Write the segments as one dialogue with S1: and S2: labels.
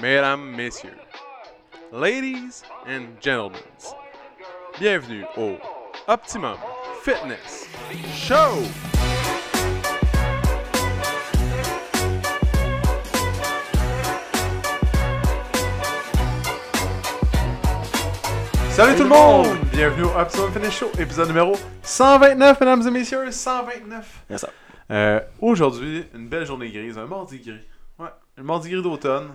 S1: mesdames, messieurs, ladies and gentlemen, bienvenue au Optimum Fitness Show! Salut tout le monde! Bienvenue au Optimum Fitness Show, épisode numéro 129, mesdames et messieurs, 129!
S2: Yes, sir.
S1: Euh, Aujourd'hui, une belle journée grise, un mardi gris. Ouais, un mardi gris d'automne.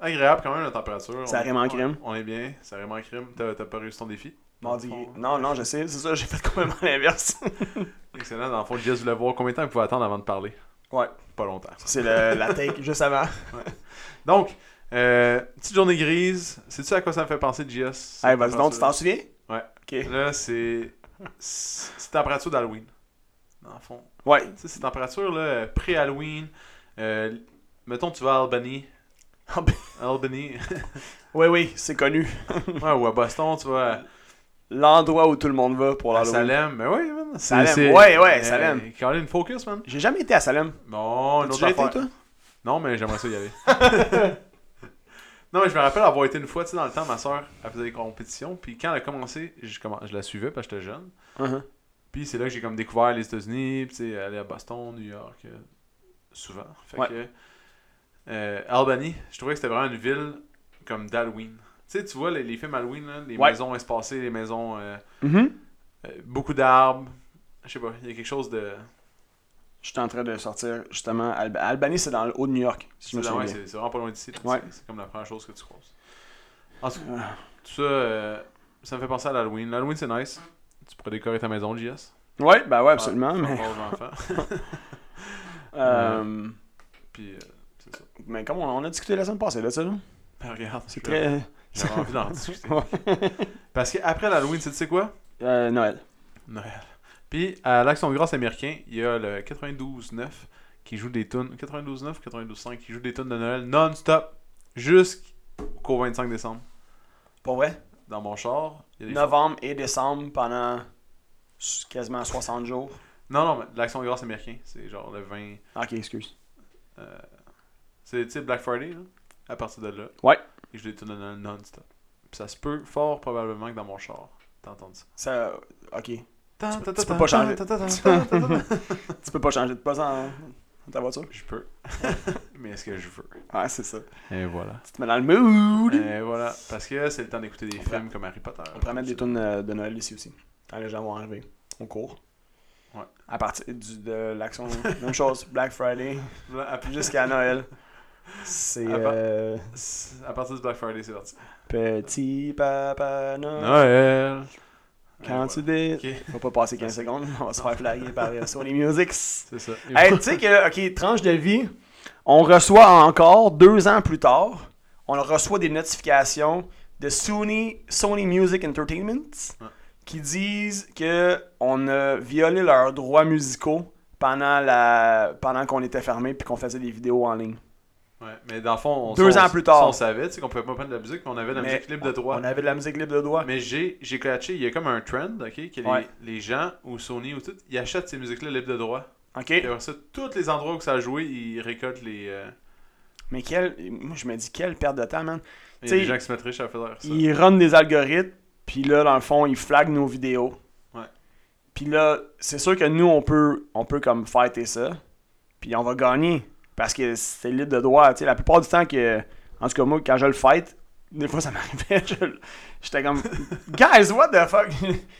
S1: Agréable quand même la température.
S2: Ça
S1: On-
S2: rime en crime.
S1: On est bien, ça rime en crime. T'as t'as pas réussi ton défi.
S2: Mardi.
S1: Dans le fond,
S2: Non, non, je sais, c'est ça, j'ai fait complètement l'inverse.
S1: Excellent, dans le fond, Jess voulait voir combien de temps il pouvait attendre avant de parler.
S2: ouais,
S1: Pas longtemps.
S2: c'est le- la take juste avant.
S1: Donc, euh, petite journée grise. Sais-tu à quoi ça me fait penser, Jess?
S2: Hey, vas-y donc, tu t'en souviens?
S1: Ouais.
S2: Ok.
S1: Là, c'est. C'est c'est température d'Halloween. Dans le fond.
S2: Ouais.
S1: Tu sais, c'est température là, euh, pré-Halloween. Euh, mettons, tu vas à Albany.
S2: Ah ben-
S1: Albany.
S2: Oui, oui, c'est connu.
S1: ouais, ou à Boston, tu vas
S2: L'endroit où tout le monde va pour
S1: à, à
S2: l'Halloween.
S1: Salem. Mais oui, man. c'est-
S2: Salem.
S1: c'est-
S2: Ouais, ouais,
S1: Euh,
S2: Salem.
S1: Caroline, focus, man.
S2: J'ai jamais été à Salem.
S1: Bon, une
S2: T'as-tu
S1: autre
S2: déjà été,
S1: affaire.
S2: toi?
S1: Non, mais j'aimerais ça y aller. non, mais je me rappelle avoir été une fois, tu sais, dans le temps, ma soeur, elle faisait des compétitions. Puis quand elle a commencé, je, commen- je la suivais parce que j'étais jeune.
S2: Uh-huh.
S1: Puis c'est là que j'ai comme découvert les États-Unis, puis tu sais, aller à Boston, New York, euh, souvent. Fait
S2: Ouais.
S1: que. euh, Albany, je trouvais que c'était vraiment une ville comme d'Halloween. Tu sais, tu vois les, les films Halloween, là, les
S2: Ouais.
S1: maisons espacées, les maisons. euh,
S2: Mhm.
S1: euh, beaucoup d'arbres. Je sais pas, il y a quelque chose de.
S2: Je suis en train de sortir, justement, Alb- Albany, c'est dans le haut de New York, si je me
S1: C'est
S2: souviens
S1: ouais,
S2: bien.
S1: c'est- c'est vraiment pas loin d'ici. là,
S2: Ouais.
S1: C'est c'est comme la première chose que tu croises. En tout
S2: Ah.
S1: cas, tout ça, euh, ça me fait penser à l'Halloween. L'Halloween, c'est nice. Tu pourrais décorer ta maison, JS.
S2: Ouais, bah ouais, absolument,
S1: Faire-
S2: mais...
S1: faire peur aux enfants.
S2: euh,
S1: Puis, euh, c'est ça.
S2: Mais comme on, on a discuté la semaine passée de ça, là.
S1: Ben, regarde,
S2: C'est
S1: je-
S2: très...
S1: j'avais envie d'en discuter.
S2: Ouais.
S1: Parce qu'après l'Halloween, tu sais quoi
S2: Euh, Noël.
S1: Noël. Puis, à l'Action de grâce américain, il y a le 92-9 qui joue des tunes. 92-9, 92-5 qui joue des tunes de Noël non-stop jusqu'au 25 décembre.
S2: Pour vrai?
S1: Dans mon char, il y a des
S2: Novembre et décembre pendant s- quasiment 60 jours.
S1: Non, non, mais l'Action de grâce américain, c'est genre le 20.
S2: Ok, excuse.
S1: euh, c'est tu sais, Black Friday, là, à partir de là.
S2: Ouais.
S1: Et je l'ai tourné non- non-stop. Puis ça se peut fort probablement que dans mon char, t'as entendu ça.
S2: Ça, ok.
S1: Tu
S2: peux- tu peux pas changer. Tu peux pas changer de poste en, dans ta voiture?
S1: Je peux. mais est-ce que je veux
S2: Ouais, c'est ça.
S1: Et voilà.
S2: Tu te mets dans le mood.
S1: Et voilà. Parce que c'est le temps d'écouter des
S2: On
S1: films comme Harry Potter.
S2: On pourrait mettre des tunes euh, de Noël ici aussi. Quand les gens vont arriver. On court.
S1: Ouais.
S2: À partir du, de l'action. Même chose, Black Friday
S1: Là, à,
S2: jusqu'à Noël. C'est
S1: Ah bah.
S2: euh,
S1: à partir du Black Friday, c'est parti.
S2: Petit Papa Noël.
S1: Noël. Et
S2: Quand
S1: voilà.
S2: tu dis.
S1: Ok,
S2: Faut pas passer 15 secondes, on va se faire flaguer par euh, Sony Music.
S1: c'est ça. Et
S2: Hey, tu sais que, ok, tranche de vie, on reçoit encore deux ans plus tard, on reçoit des notifications de Sony, Sony Music Entertainment
S1: Ouais.
S2: qui disent que on a violé leurs droits musicaux pendant la pendant qu'on était fermé puis qu'on faisait des vidéos en ligne.
S1: Ouais, mais dans le fond, on,
S2: Deux
S1: on-
S2: ans plus tard.
S1: on savait tu sais, qu'on pouvait pas prendre de la musique, mais on avait de la
S2: Mais
S1: musique libre de droit.
S2: On avait de la musique libre de droit.
S1: Mais j'ai, j'ai catché, il y a comme un trend, ok, que les,
S2: Ouais.
S1: les gens, ou Sony, ou tout, ils achètent ces musiques-là libres de droit. Et
S2: Ok.
S1: après ça, tous les endroits où ça a joué, ils récoltent les, euh,
S2: Mais quelle moi je me dis quelle perte de temps, man.
S1: les
S2: T'sais,
S1: gens qui se mettent riches à faire ça.
S2: Ils runnent des algorithmes, puis là, dans le fond, ils flaguent nos vidéos.
S1: Ouais.
S2: Puis là, c'est sûr que nous, on peut, on peut comme fighter ça, puis on va gagner, parce que c'est libre de droit. Tu sais, la plupart du temps, que, en tout cas, moi, quand je le fight, des fois, ça m'arrivait, je- j'étais comme, guys, what the fuck?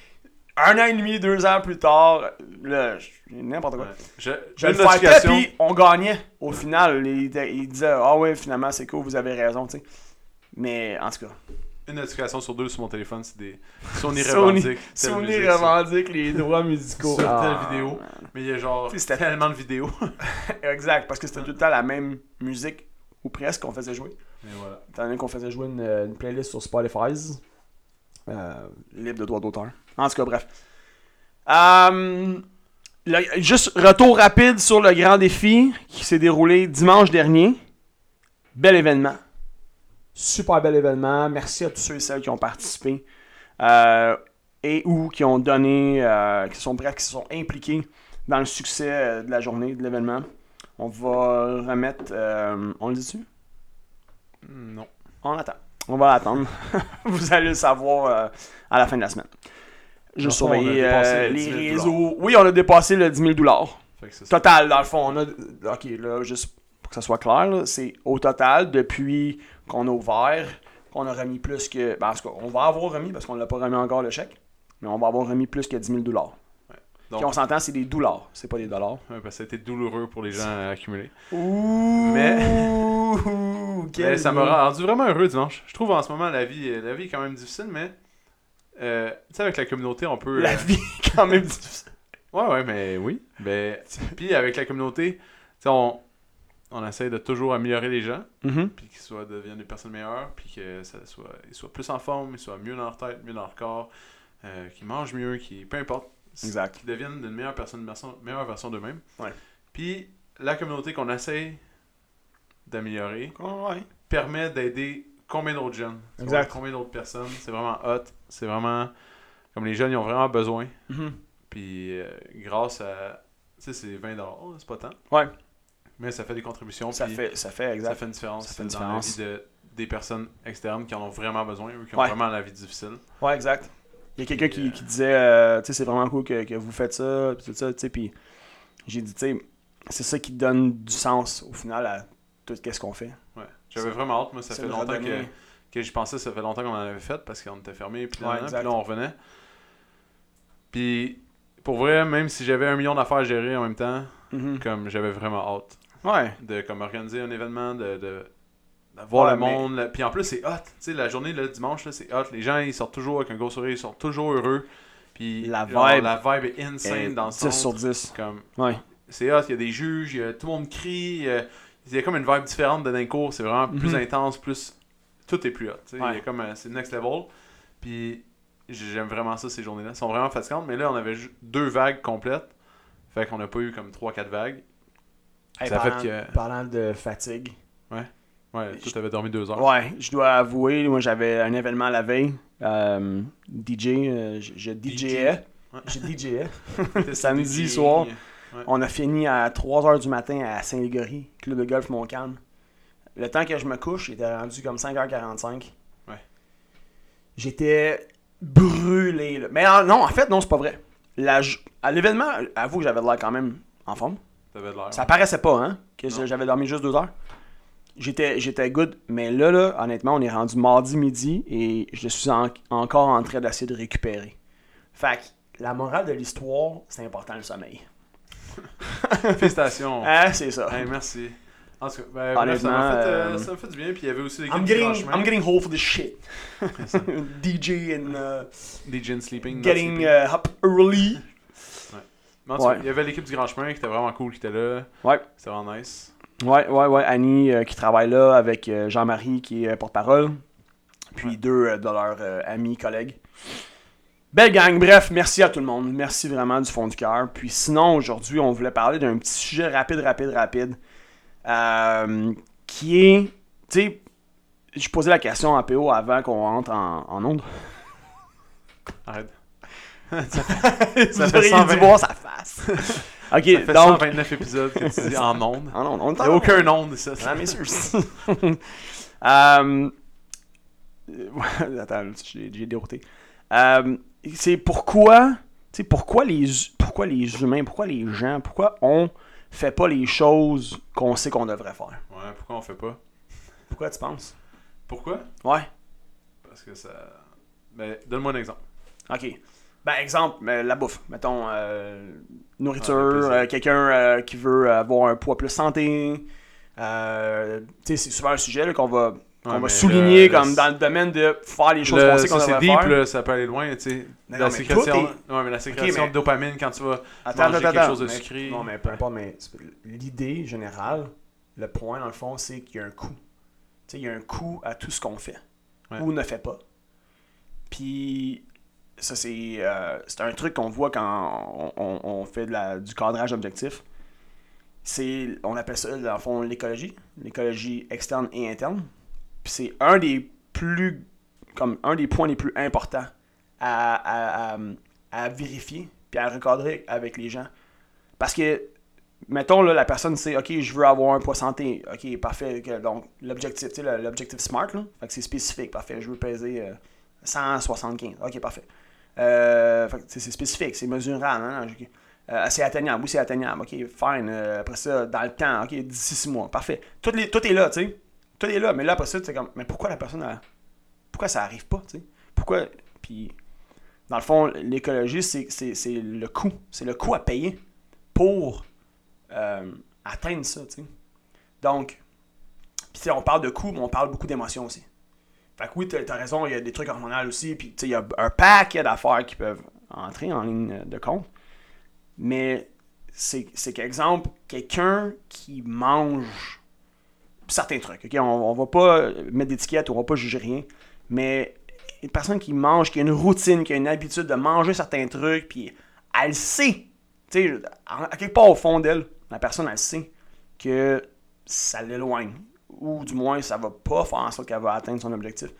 S2: Un an et demi, deux ans plus tard, là, je- n'importe quoi.
S1: Ouais. Je,
S2: Je
S1: une
S2: le fightais,
S1: notification-
S2: puis on gagnait. Au final, ils il disaient, ah ouais, finalement, c'est cool, vous avez raison, tu sais. Mais, en tout cas.
S1: Une notification sur deux sur mon téléphone, c'est des Sony
S2: Sony-
S1: revendique.
S2: Si
S1: telle
S2: on
S1: musique,
S2: les revendique les droits musicaux.
S1: Sur
S2: Ah,
S1: telle vidéo. ça. Mais il y a genre
S2: Tu sais, c'était-
S1: tellement de vidéos.
S2: Exact, parce que c'était tout le temps la même musique, ou presque, qu'on faisait jouer.
S1: Et voilà.
S2: Étant donné qu'on faisait jouer une, une playlist sur Spotify, euh, libre de droits d'auteur. En tout cas, bref. Hum, le- juste retour rapide sur le grand défi qui s'est déroulé dimanche dernier. Bel événement. Super bel événement. Merci à tous ceux et celles qui ont participé euh, et ou qui ont donné, euh, qui sont bref, qui se sont impliqués dans le succès euh, de la journée, de l'événement. On va remettre. euh, on le dit-tu
S1: Non.
S2: On attend. On va attendre. Vous allez le savoir euh, à la fin de la semaine. Je
S1: Dans le fond, on a
S2: surveille
S1: dépassé
S2: euh,
S1: le 10
S2: les
S1: 000
S2: réseaux. Oui, on a dépassé le 10 000 dollars.
S1: Fait que c'est ça.
S2: Total, dans le fond, on a. Ok, là, juste pour que ça soit clair, là, c'est au total, depuis qu'on a ouvert, qu'on a remis plus que. Ben, en tout cas, on va avoir remis parce qu'on l'a pas remis encore le chèque, mais on va avoir remis plus que 10 000 dollars.
S1: Donc-
S2: Puis on s'entend, c'est des dollars, c'est pas des dollars.
S1: Ouais, parce que ça a été douloureux pour les gens à accumuler.
S2: Ouh!
S1: Mais Ben, ça m'a rendu vraiment heureux dimanche. Je trouve en ce moment la vie, euh, la vie est quand même difficile, mais euh, tu sais, avec la communauté, on peut.
S2: La
S1: euh,
S2: vie est quand même difficile.
S1: Ouais, ouais, mais oui. Ben, puis avec la communauté, tu sais, on, on essaie de toujours améliorer les gens, puis qu'ils soient deviennent des personnes meilleures, puis que ça soit, ils soient plus en forme, ils soient mieux dans leur tête, mieux dans leur corps, euh, qu'ils mangent mieux, qu'ils, peu importe,
S2: Exact.
S1: qu'ils deviennent une meilleure personne, une version- meilleure version d'eux-mêmes.
S2: Ouais.
S1: Puis la communauté qu'on essaie d'améliorer
S2: Ah, Ouais.
S1: permet d'aider combien d'autres jeunes, tu vois,
S2: Exact.
S1: combien d'autres personnes. C'est vraiment hot. C'est vraiment comme les jeunes, ils ont vraiment besoin.
S2: Mhm.
S1: Puis euh, grâce à. Tu sais, c'est 20$, oh, c'est pas tant.
S2: Ouais.
S1: Mais ça fait des contributions.
S2: Ça
S1: puis
S2: fait, ça fait,
S1: ça
S2: exact.
S1: fait une différence
S2: Ça fait une
S1: dans la
S2: différence.
S1: vie de- des personnes externes qui en ont vraiment besoin, eux, qui ont
S2: Ouais.
S1: vraiment la vie difficile.
S2: Ouais, exact. Il y a quelqu'un
S1: Et,
S2: qui,
S1: euh,
S2: qui disait, euh, tu sais, c'est vraiment cool que, que vous faites ça, pis tout ça, tu sais, puis j'ai dit, tu sais, c'est ça qui donne du sens au final à tout ce qu'on fait.
S1: Ouais. J'avais vraiment hâte, moi, ça
S2: C'est
S1: fait
S2: de
S1: longtemps que,
S2: redonner.
S1: que j'y pensais, ça fait longtemps qu'on en avait fait parce qu'on était fermé, puis,
S2: Ouais,
S1: nanana,
S2: exact.
S1: puis là on revenait. Puis pour vrai, même si j'avais un million d'affaires à gérer en même temps,
S2: Mhm.
S1: comme j'avais vraiment hâte
S2: Ouais.
S1: de comme organiser un événement, de, de, de voir le
S2: Ouais, Ah, mais-
S1: monde. là. Puis en plus, c'est hot. Tu sais, la journée, le dimanche, là, c'est hot. Les gens, ils sortent toujours avec un gros sourire, ils sont toujours heureux. Puis
S2: La
S1: genre,
S2: vibe
S1: la vibe est insane
S2: Et
S1: dans le
S2: 10
S1: sens.
S2: sur 10.
S1: Comme,
S2: Ouais.
S1: c'est hot, il y a des juges, il y a- tout le monde crie. euh, Il y a comme une vibe différente de d'un cours. C'est vraiment plus
S2: Mhm.
S1: intense, plus. Tout est plus hot. tu sais. Il
S2: Ouais.
S1: y a comme, euh, c'est next level. Puis j'aime vraiment ça, ces journées-là. Elles sont vraiment fatigantes. Mais là, on avait ju- deux vagues complètes. Fait qu'on n'a pas eu comme 3-4 vagues.
S2: Hey,
S1: Ça a fait
S2: parlant,
S1: que-
S2: parlant de fatigue.
S1: Ouais, toi, t'avais dormi deux heures.
S2: Ouais, je dois avouer, moi j'avais un événement la veille. euh, DJ, euh, je, je DJais.
S1: Ouais.
S2: Je DJais.
S1: C'était
S2: Samedi
S1: c'était-
S2: soir. On a fini à 3h du matin à Saint-Légory, club de golf Montcalm. Le temps que je me couche, il était rendu comme 5h45.
S1: Ouais.
S2: J'étais brûlé. là. Mais en- non, en fait, non, c'est pas vrai. La jo- à l'événement, avoue que j'avais de l'air quand même en forme.
S1: T'avais de l'air.
S2: Ça paraissait pas, hein, que
S1: Ah Non.
S2: j'avais dormi juste deux heures. J'étais, j'étais good, mais là, là, honnêtement, on est rendu mardi midi et je suis en- encore en train d'essayer de récupérer. Fait que la morale de l'histoire, c'est important le sommeil.
S1: Félicitations.
S2: Ah, c'est ça.
S1: Hey, merci. En tout cas, ben, bref, ça
S2: Honnêtement,
S1: m'a fait, euh,
S2: euh,
S1: ça m'a fait du bien. Puis il y avait aussi des
S2: I'm
S1: clips
S2: getting,
S1: franchement.
S2: I'm getting whole for this shit.
S1: C'est ça.
S2: DJ and uh,
S1: Des gin sleeping. not
S2: getting
S1: sleeping.
S2: uh, up early.
S1: Mais en tout cas,
S2: ouais.
S1: Il y avait l'équipe du Grand Chemin qui était vraiment cool, qui était là.
S2: Ouais.
S1: C'était vraiment nice.
S2: Ouais, ouais, ouais. Annie euh, qui travaille là avec euh, Jean-Marie qui est euh, porte-parole. Puis
S1: Ouais.
S2: deux euh, de leurs euh, amis, collègues. Belle gang, bref, merci à tout le monde. Merci vraiment du fond du cœur. Puis sinon, aujourd'hui, on voulait parler d'un petit sujet rapide, rapide, rapide. euh, qui est. Tu sais, je posais la question à PO avant qu'on rentre en, en onde.
S1: Arrête.
S2: Vous
S1: fait
S2: auriez
S1: 120.
S2: dû voir sa face.
S1: Ça
S2: ok,
S1: fait
S2: donc.
S1: 129 épisodes que tu dis en ondes.
S2: Ah non, on
S1: Il
S2: est
S1: n'y a
S2: en-
S1: aucun onde, ça.
S2: Ah, mais sûr. Euh, ouais, Attends, j'ai j'ai dérouté. Euh, c'est pourquoi, tu sais, pourquoi les, hu- pourquoi les humains, pourquoi les gens, pourquoi on fait pas les choses qu'on sait qu'on devrait faire.
S1: Ouais, pourquoi on fait pas
S2: Pourquoi tu penses?
S1: Pourquoi
S2: Ouais,
S1: Parce que ça. Ben, donne-moi un exemple.
S2: ok. Ben, exemple, mais la bouffe. Mettons, euh, nourriture,
S1: Ah, le plaisir.
S2: euh, quelqu'un euh, qui veut avoir un poids plus santé. Euh, tu sais, c'est souvent un sujet là, qu'on va, qu'on
S1: Ouais,
S2: va
S1: mais
S2: souligner
S1: le-
S2: comme dans le domaine de faire les choses
S1: Le-
S2: qu'on sait qu'on
S1: ça, c'est
S2: devrait
S1: deep,
S2: faire.
S1: là, ça peut aller loin, tu sais.
S2: Mais
S1: La
S2: non, mais toi,
S1: sécrétion,
S2: t'es-
S1: ouais, mais la sécrétion
S2: mais-
S1: de dopamine quand tu vas
S2: Attends,
S1: manger
S2: attends,
S1: quelque
S2: attends.
S1: chose de
S2: Mais-
S1: sucré.
S2: Non, mais peu importe, mais c'est- l'idée générale, le point dans le fond, c'est qu'il y a un coût. Tu sais, il y a un coût à tout ce qu'on fait
S1: Ouais.
S2: ou ne fait pas. Puis, ça, c'est euh, c'est un truc qu'on voit quand on, on- on fait de la- du cadrage objectif. C'est, on appelle ça, dans le fond, l'écologie. L'écologie externe et interne. Puis c'est un des plus, comme un des points les plus importants à, à- à- à vérifier puis à recadrer avec les gens. Parce que mettons, là, la personne sait, OK, je veux avoir un poids santé. OK, parfait. ok, donc, l'objectif, tu sais, l'objectif smart, là. Fait que c'est spécifique. Parfait. Je veux peser euh, 175. OK, parfait. Euh, fait que, tu sais, c'est spécifique, c'est mesurable. hein, hein, ok. Euh, c'est atteignable. Oui, c'est atteignable. OK, fine. Euh, après ça, dans le temps. OK, d'ici six mois. Parfait. Tout, les, tout est là, tu sais. Tout est là. Mais là, après ça, tu sais, comme, mais pourquoi la personne, elle- pourquoi ça arrive pas, tu sais? Pourquoi. Puis, dans le fond, l'écologie, c'est c'est- c'est le coût. C'est le coût à payer pour euh, atteindre ça, tu sais. Donc, puis tu sais, on parle de coûts, mais on parle beaucoup d'émotions aussi. Fait que oui, t'as as raison, il y a des trucs hormonaux aussi, puis tu sais, il y a un paquet d'affaires qui peuvent entrer en ligne euh, de compte. Mais c'est c'est qu'exemple, quelqu'un qui mange certains trucs, ok? On, on va pas mettre d'étiquette, on va pas juger rien, mais une personne qui mange, qui a une routine, qui a une habitude de manger certains trucs, puis elle sait tu sais, à à quelque part au fond d'elle, la personne, elle sait que ça l'éloigne. Ou du moins, ça va pas faire en sorte qu'elle va atteindre son objectif.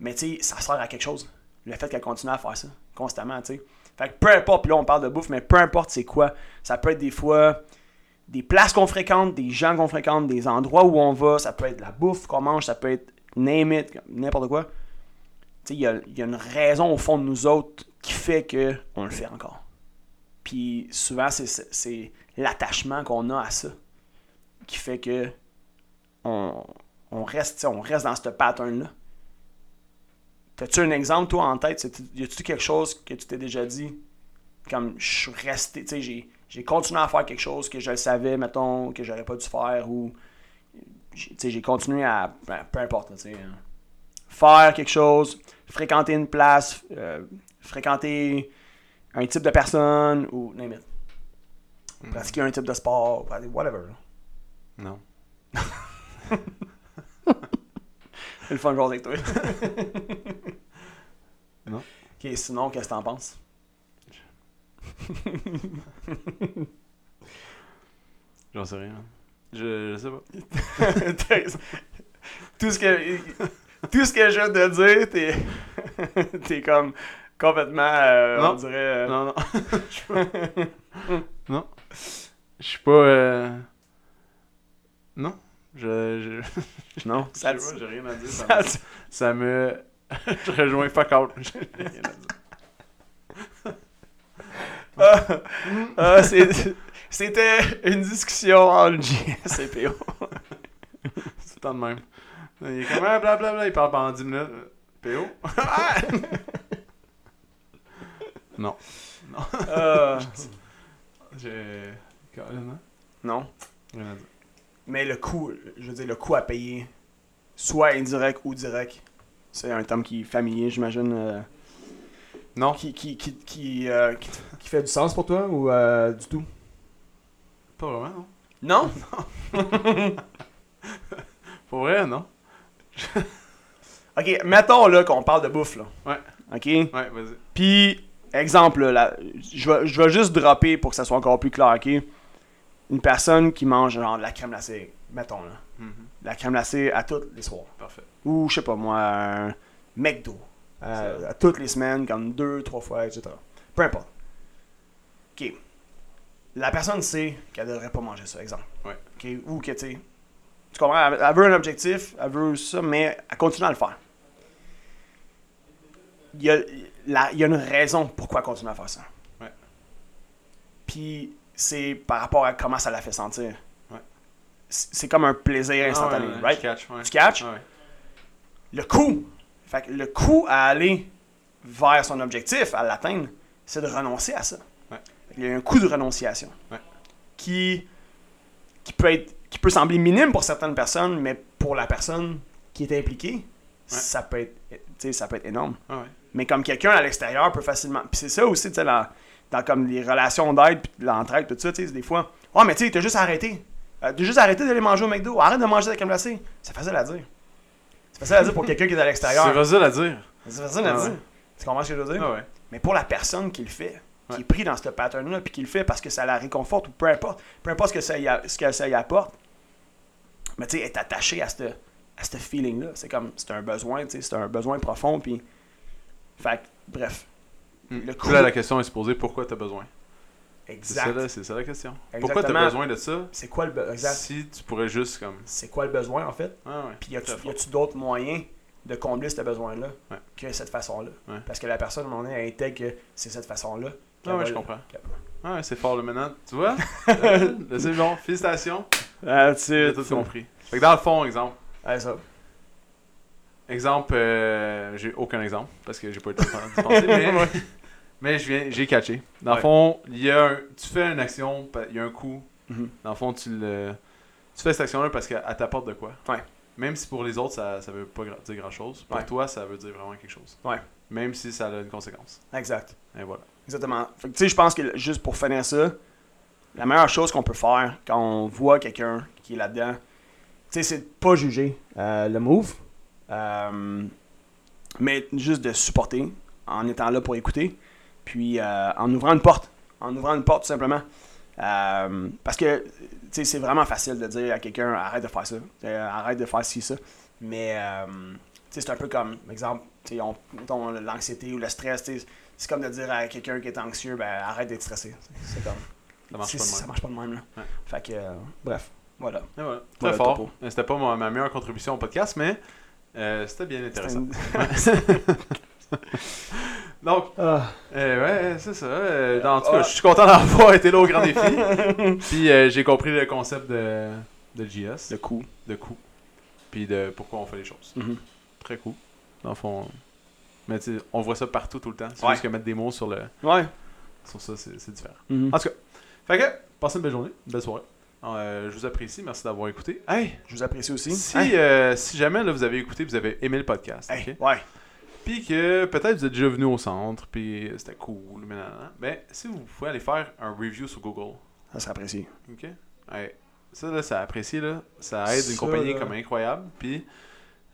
S2: Mais tu sais, ça sert à quelque chose. Le fait qu'elle continue à faire ça, constamment, tu sais. Fait que peu importe, puis là, on parle de bouffe, mais peu importe c'est quoi. Ça peut être des fois des places qu'on fréquente, des gens qu'on fréquente, des endroits où on va. Ça peut être de la bouffe qu'on mange, ça peut être name it, n'importe quoi. Tu sais, il y a, il y a une raison au fond de nous autres qui fait que on le fait encore. Puis souvent, c'est- c'est c'est l'attachement qu'on a à ça qui fait que on, on reste, tu sais, on reste dans ce pattern-là. T'as-tu un exemple, toi, en tête? C'est- Y a-tu quelque chose que tu t'es déjà dit? Comme je suis resté, tu sais, j'ai- j'ai continué à faire quelque chose que je le savais, mettons, que j'aurais pas dû faire ou. j'ai- Tu sais, j'ai continué à. ben, peu importe, tu sais. hein. Faire quelque chose, fréquenter une place, euh, fréquenter un type de personne ou name it. Pratiquer un type de sport, whatever. là.
S1: Non.
S2: C'est le fun de jouer avec toi.
S1: Non.
S2: Ok, sinon, qu'est-ce que t'en penses?
S1: J'en sais rien. man. Je, je sais pas.
S2: tout, ce que, tout ce que je viens de dire, t'es, t'es comme complètement, euh,
S1: Non.
S2: on dirait... euh,
S1: Non, non. non. Je suis pas. euh, Non. Je. je...
S2: Non,
S1: je
S2: ça
S1: sais pas,
S2: dit-
S1: j'ai rien à dire. Ça, me...
S2: ça dit-
S1: ça me- je rejoins fuck out. J'ai rien à dire.
S2: Ah, ah, c'est- C'était une discussion entre JS et
S1: C'est
S2: PO.
S1: tout le temps de même. Il est comme. Ah, blablabla. Il parle pendant 10 minutes. PO. Ah! non.
S2: Ah,
S1: J'ai. Carrément.
S2: non,
S1: Rien à dire.
S2: mais le coût, je veux dire, le coût à payer, soit indirect ou direct, c'est un terme qui est familier, j'imagine... euh,
S1: Non.
S2: qui, qui, qui, qui, euh, qui, qui fait du sens pour toi ou euh, du tout?
S1: Pas vraiment, non.
S2: Non?
S1: Pour vrai, non.
S2: Ok, mettons là qu'on parle de bouffe là.
S1: Ouais.
S2: Ok?
S1: Ouais, vas-y.
S2: Puis, exemple, là, la- je vais- je vais juste dropper pour que ça soit encore plus clair, ok? Une personne qui mange genre de la crème glacée, mettons là.
S1: Mhm.
S2: De La crème glacée à tous les soirs.
S1: Parfait.
S2: Ou je sais pas moi, un McDo. euh, à toutes les semaines, comme deux, trois fois, etc. Peu importe. OK. La personne sait qu'elle devrait pas manger ça, exemple.
S1: Ouais.
S2: OK. Ou que, tu sais, tu comprends, elle elle veut un objectif, elle veut ça, mais elle continue à le faire. Il y a, la- il y a une raison pourquoi elle continue à faire ça.
S1: Ouais.
S2: Puis c'est par rapport à comment ça la fait sentir.
S1: Ouais.
S2: C'est c'est comme un plaisir instantané,
S1: Ah ouais,
S2: right?
S1: Tu catches, ouais.
S2: Tu catches?
S1: Ouais.
S2: le coût. Fait que le coût à aller vers son objectif, à l'atteindre, c'est de renoncer à ça.
S1: Ouais.
S2: Il y a un coût de renonciation
S1: Ouais.
S2: qui, qui, peut être, qui peut sembler minime pour certaines personnes, mais pour la personne qui est impliquée, ça, peut être, tu sais, ça peut être énorme.
S1: Ah ouais.
S2: Mais comme quelqu'un à l'extérieur peut facilement. Puis c'est ça aussi, tu sais, dans, dans comme les relations d'aide, puis de l'entraide, tout ça, tu sais, des fois. Oh, mais tu sais, t'as juste arrêté. Euh, t'as juste arrêté d'aller manger au McDo. Arrête de manger de la crème glacée. C'est facile à dire. C'est facile à dire pour quelqu'un qui est à
S1: C'est
S2: l'extérieur.
S1: facile à dire.
S2: C'est facile à
S1: Ah
S2: dire.
S1: ouais.
S2: Tu comprends ce que je veux dire?
S1: Ah ouais.
S2: Mais pour la personne qui le fait, qui
S1: Ouais.
S2: est pris dans ce pattern-là, puis qui le fait parce que ça la réconforte ou peu importe, peu importe ce que ça y, a- ce que ça y apporte, mais tu sais, est attaché à ce à ce feeling-là. C'est comme, c'est un besoin, tu sais, c'est un besoin profond, puis. Fait que, bref.
S1: Mm.
S2: Le
S1: Puis
S2: coup-
S1: Là, la question est se poser pourquoi t'as besoin. C'est ça,
S2: Exact.
S1: la- c'est ça la question. Pourquoi
S2: Exactement.
S1: t'as besoin de ça
S2: C'est quoi le be- exact.
S1: si tu pourrais juste comme.
S2: C'est quoi le besoin en fait?
S1: Ah ouais.
S2: Puis y a-tu
S1: Tout à fait.
S2: y a-tu d'autres moyens de combler ce besoin-là
S1: Ouais.
S2: que cette façon-là?
S1: Ouais.
S2: Parce que la personne, à un moment donné, elle intègre que c'est cette façon-là. qu'elle
S1: Ah ouais,
S2: va-
S1: je comprends.
S2: qu'elle-
S1: Ah ouais, c'est fort le maintenant. Tu vois Euh, là, C'est bon. Félicitations.
S2: That's
S1: J'ai
S2: it.
S1: tout compris. Fait que dans le fond, exemple.
S2: Ouais, ça.
S1: Exemple, euh, j'ai aucun exemple parce que j'ai pas eu le temps de penser, mais, mais je viens, j'ai catché. Dans le
S2: Ouais.
S1: fond, il y a un- tu fais une action, pa- il y a un coup.
S2: Mhm.
S1: Dans le fond, tu le, tu fais cette action-là parce qu'elle elle t'apporte de quoi.
S2: Ouais.
S1: Même si pour les autres, ça, ça veut pas gra- dire grand-chose, pour
S2: Ouais.
S1: toi, ça veut dire vraiment quelque chose.
S2: Ouais.
S1: Même si ça a une conséquence.
S2: Exact.
S1: Et voilà.
S2: Exactement. Fait que, tu sais, je pense que le- juste pour finir ça, la meilleure chose qu'on peut faire quand on voit quelqu'un qui est là-dedans, tu sais, c'est de pas juger euh, le move, euh, mais juste de supporter en étant là pour écouter, puis euh, en ouvrant une porte, en ouvrant une porte tout simplement. Euh, parce que, tu sais, c'est vraiment facile de dire à quelqu'un arrête de faire ça, Euh, arrête de faire ci, ça, mais, euh, tu sais, c'est un peu comme, exemple, tu sais, on- mettons, l'anxiété ou le stress, tu sais, c'est comme de dire à quelqu'un qui est anxieux, ben arrête d'être stressé. C'est comme.
S1: Ça marche
S2: c'est-
S1: pas de même.
S2: Ça marche pas de même, là.
S1: Ouais.
S2: Fait que, euh, bref, voilà.
S1: Et voilà. Très
S2: Voilà le
S1: fort.
S2: topo.
S1: Mais C'était pas ma, ma meilleure contribution au podcast, mais euh, c'était bien intéressant. Donc, Euh, ouais, c'est ça. Euh, dans- en tout cas, je suis content d'avoir été là au grand défi. Puis euh, j'ai compris le concept de, de JS,
S2: Le
S1: de,
S2: coup.
S1: coût, puis de pourquoi on fait les choses.
S2: Mhm.
S1: Très cool. Dans le fond, mais tu sais, on voit ça partout tout le temps. C'est
S2: Ouais.
S1: juste que mettre des mots sur, le,
S2: Ouais.
S1: sur ça, c'est c'est différent.
S2: Mhm.
S1: Ah. Fait que, passez une belle journée, une belle soirée. Euh, je vous apprécie, merci d'avoir écouté. Hey,
S2: Je vous apprécie aussi.
S1: si,
S2: Hein?
S1: euh, si jamais là, vous avez écouté, vous avez aimé le podcast, ok?
S2: Hey, Ouais.
S1: Puis que peut-être vous êtes déjà venu au centre, puis c'était cool, mais nan, nan, nan. Ben, si vous pouvez aller faire un review sur Google,
S2: Ça serait apprécié.
S1: ok? Ouais. Ça, là, ça apprécie, là. Ça aide une
S2: Ça,
S1: compagnie
S2: là.
S1: comme incroyable, puis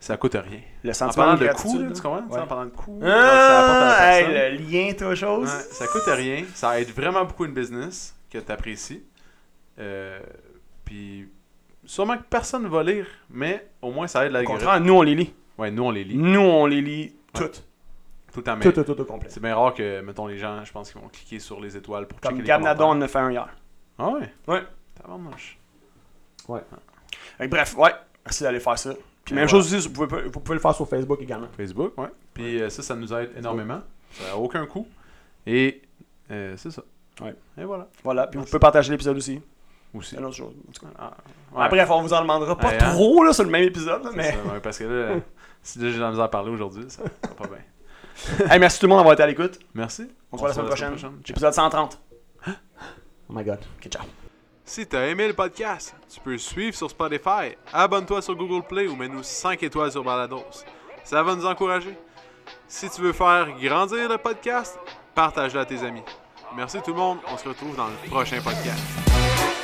S1: ça coûte rien.
S2: Le
S1: En
S2: sentiment
S1: parlant
S2: de
S1: de coût, là,
S2: gratitude.
S1: tu comprends? Tu sais,
S2: Ouais.
S1: En parlant de coût, ça apporte à la
S2: Ah, hey,
S1: personne.
S2: le lien, toi, chose.
S1: Ouais, ça coûte rien. Ça aide vraiment beaucoup une business que tu apprécies. puis, sûrement que personne ne va lire, mais au moins ça aide
S2: Au
S1: l'algorithme.
S2: contraire, nous, on les lit.
S1: Ouais, nous on les lit
S2: Nous, on les lit
S1: Ouais.
S2: toutes.
S1: tout le temps. mais
S2: Tout, tout, tout, au complet.
S1: C'est bien rare que, mettons, les gens, je pense qu'ils vont cliquer sur les étoiles pour
S2: Comme
S1: checker
S2: Gab
S1: les
S2: Nadon
S1: commentaires.
S2: en a fait un hier.
S1: Ah ouais?
S2: Ouais.
S1: Tabarnouche.
S2: Fait que bref, ouais. Merci d'aller faire ça. Puis
S1: Et
S2: même
S1: voilà.
S2: chose aussi, vous pouvez, vous pouvez le faire sur Facebook également.
S1: Facebook, ouais. Puis euh, ça, ça nous aide énormément. Ça n'a aucun coût. Et euh, c'est ça.
S2: Ouais.
S1: Et voilà.
S2: Voilà. Puis vous
S1: Merci.
S2: pouvez partager l'épisode aussi.
S1: Aussi.
S2: C'est une autre chose. en tout cas.
S1: Ah, ouais.
S2: Ah, bref, on vous en demandera pas
S1: Ouais, hein.
S2: trop là, sur le même épisode, là,
S1: C'est
S2: mais.
S1: ça, ouais, parce que là, si déjà j'ai de la misère à parler aujourd'hui, ça va pas bien.
S2: Hey, merci tout le monde d'avoir été à l'écoute.
S1: Merci.
S2: On se voit la semaine prochaine.
S1: Ciao.
S2: Épisode 130. Oh my god. Ok, ciao.
S1: Si t'as aimé le podcast, tu peux le suivre sur Spotify, abonne-toi sur Google Play ou mets-nous 5 étoiles sur Balados. Ça va nous encourager. Si tu veux faire grandir le podcast, partage-le à tes amis. Merci tout le monde, on se retrouve dans le prochain podcast.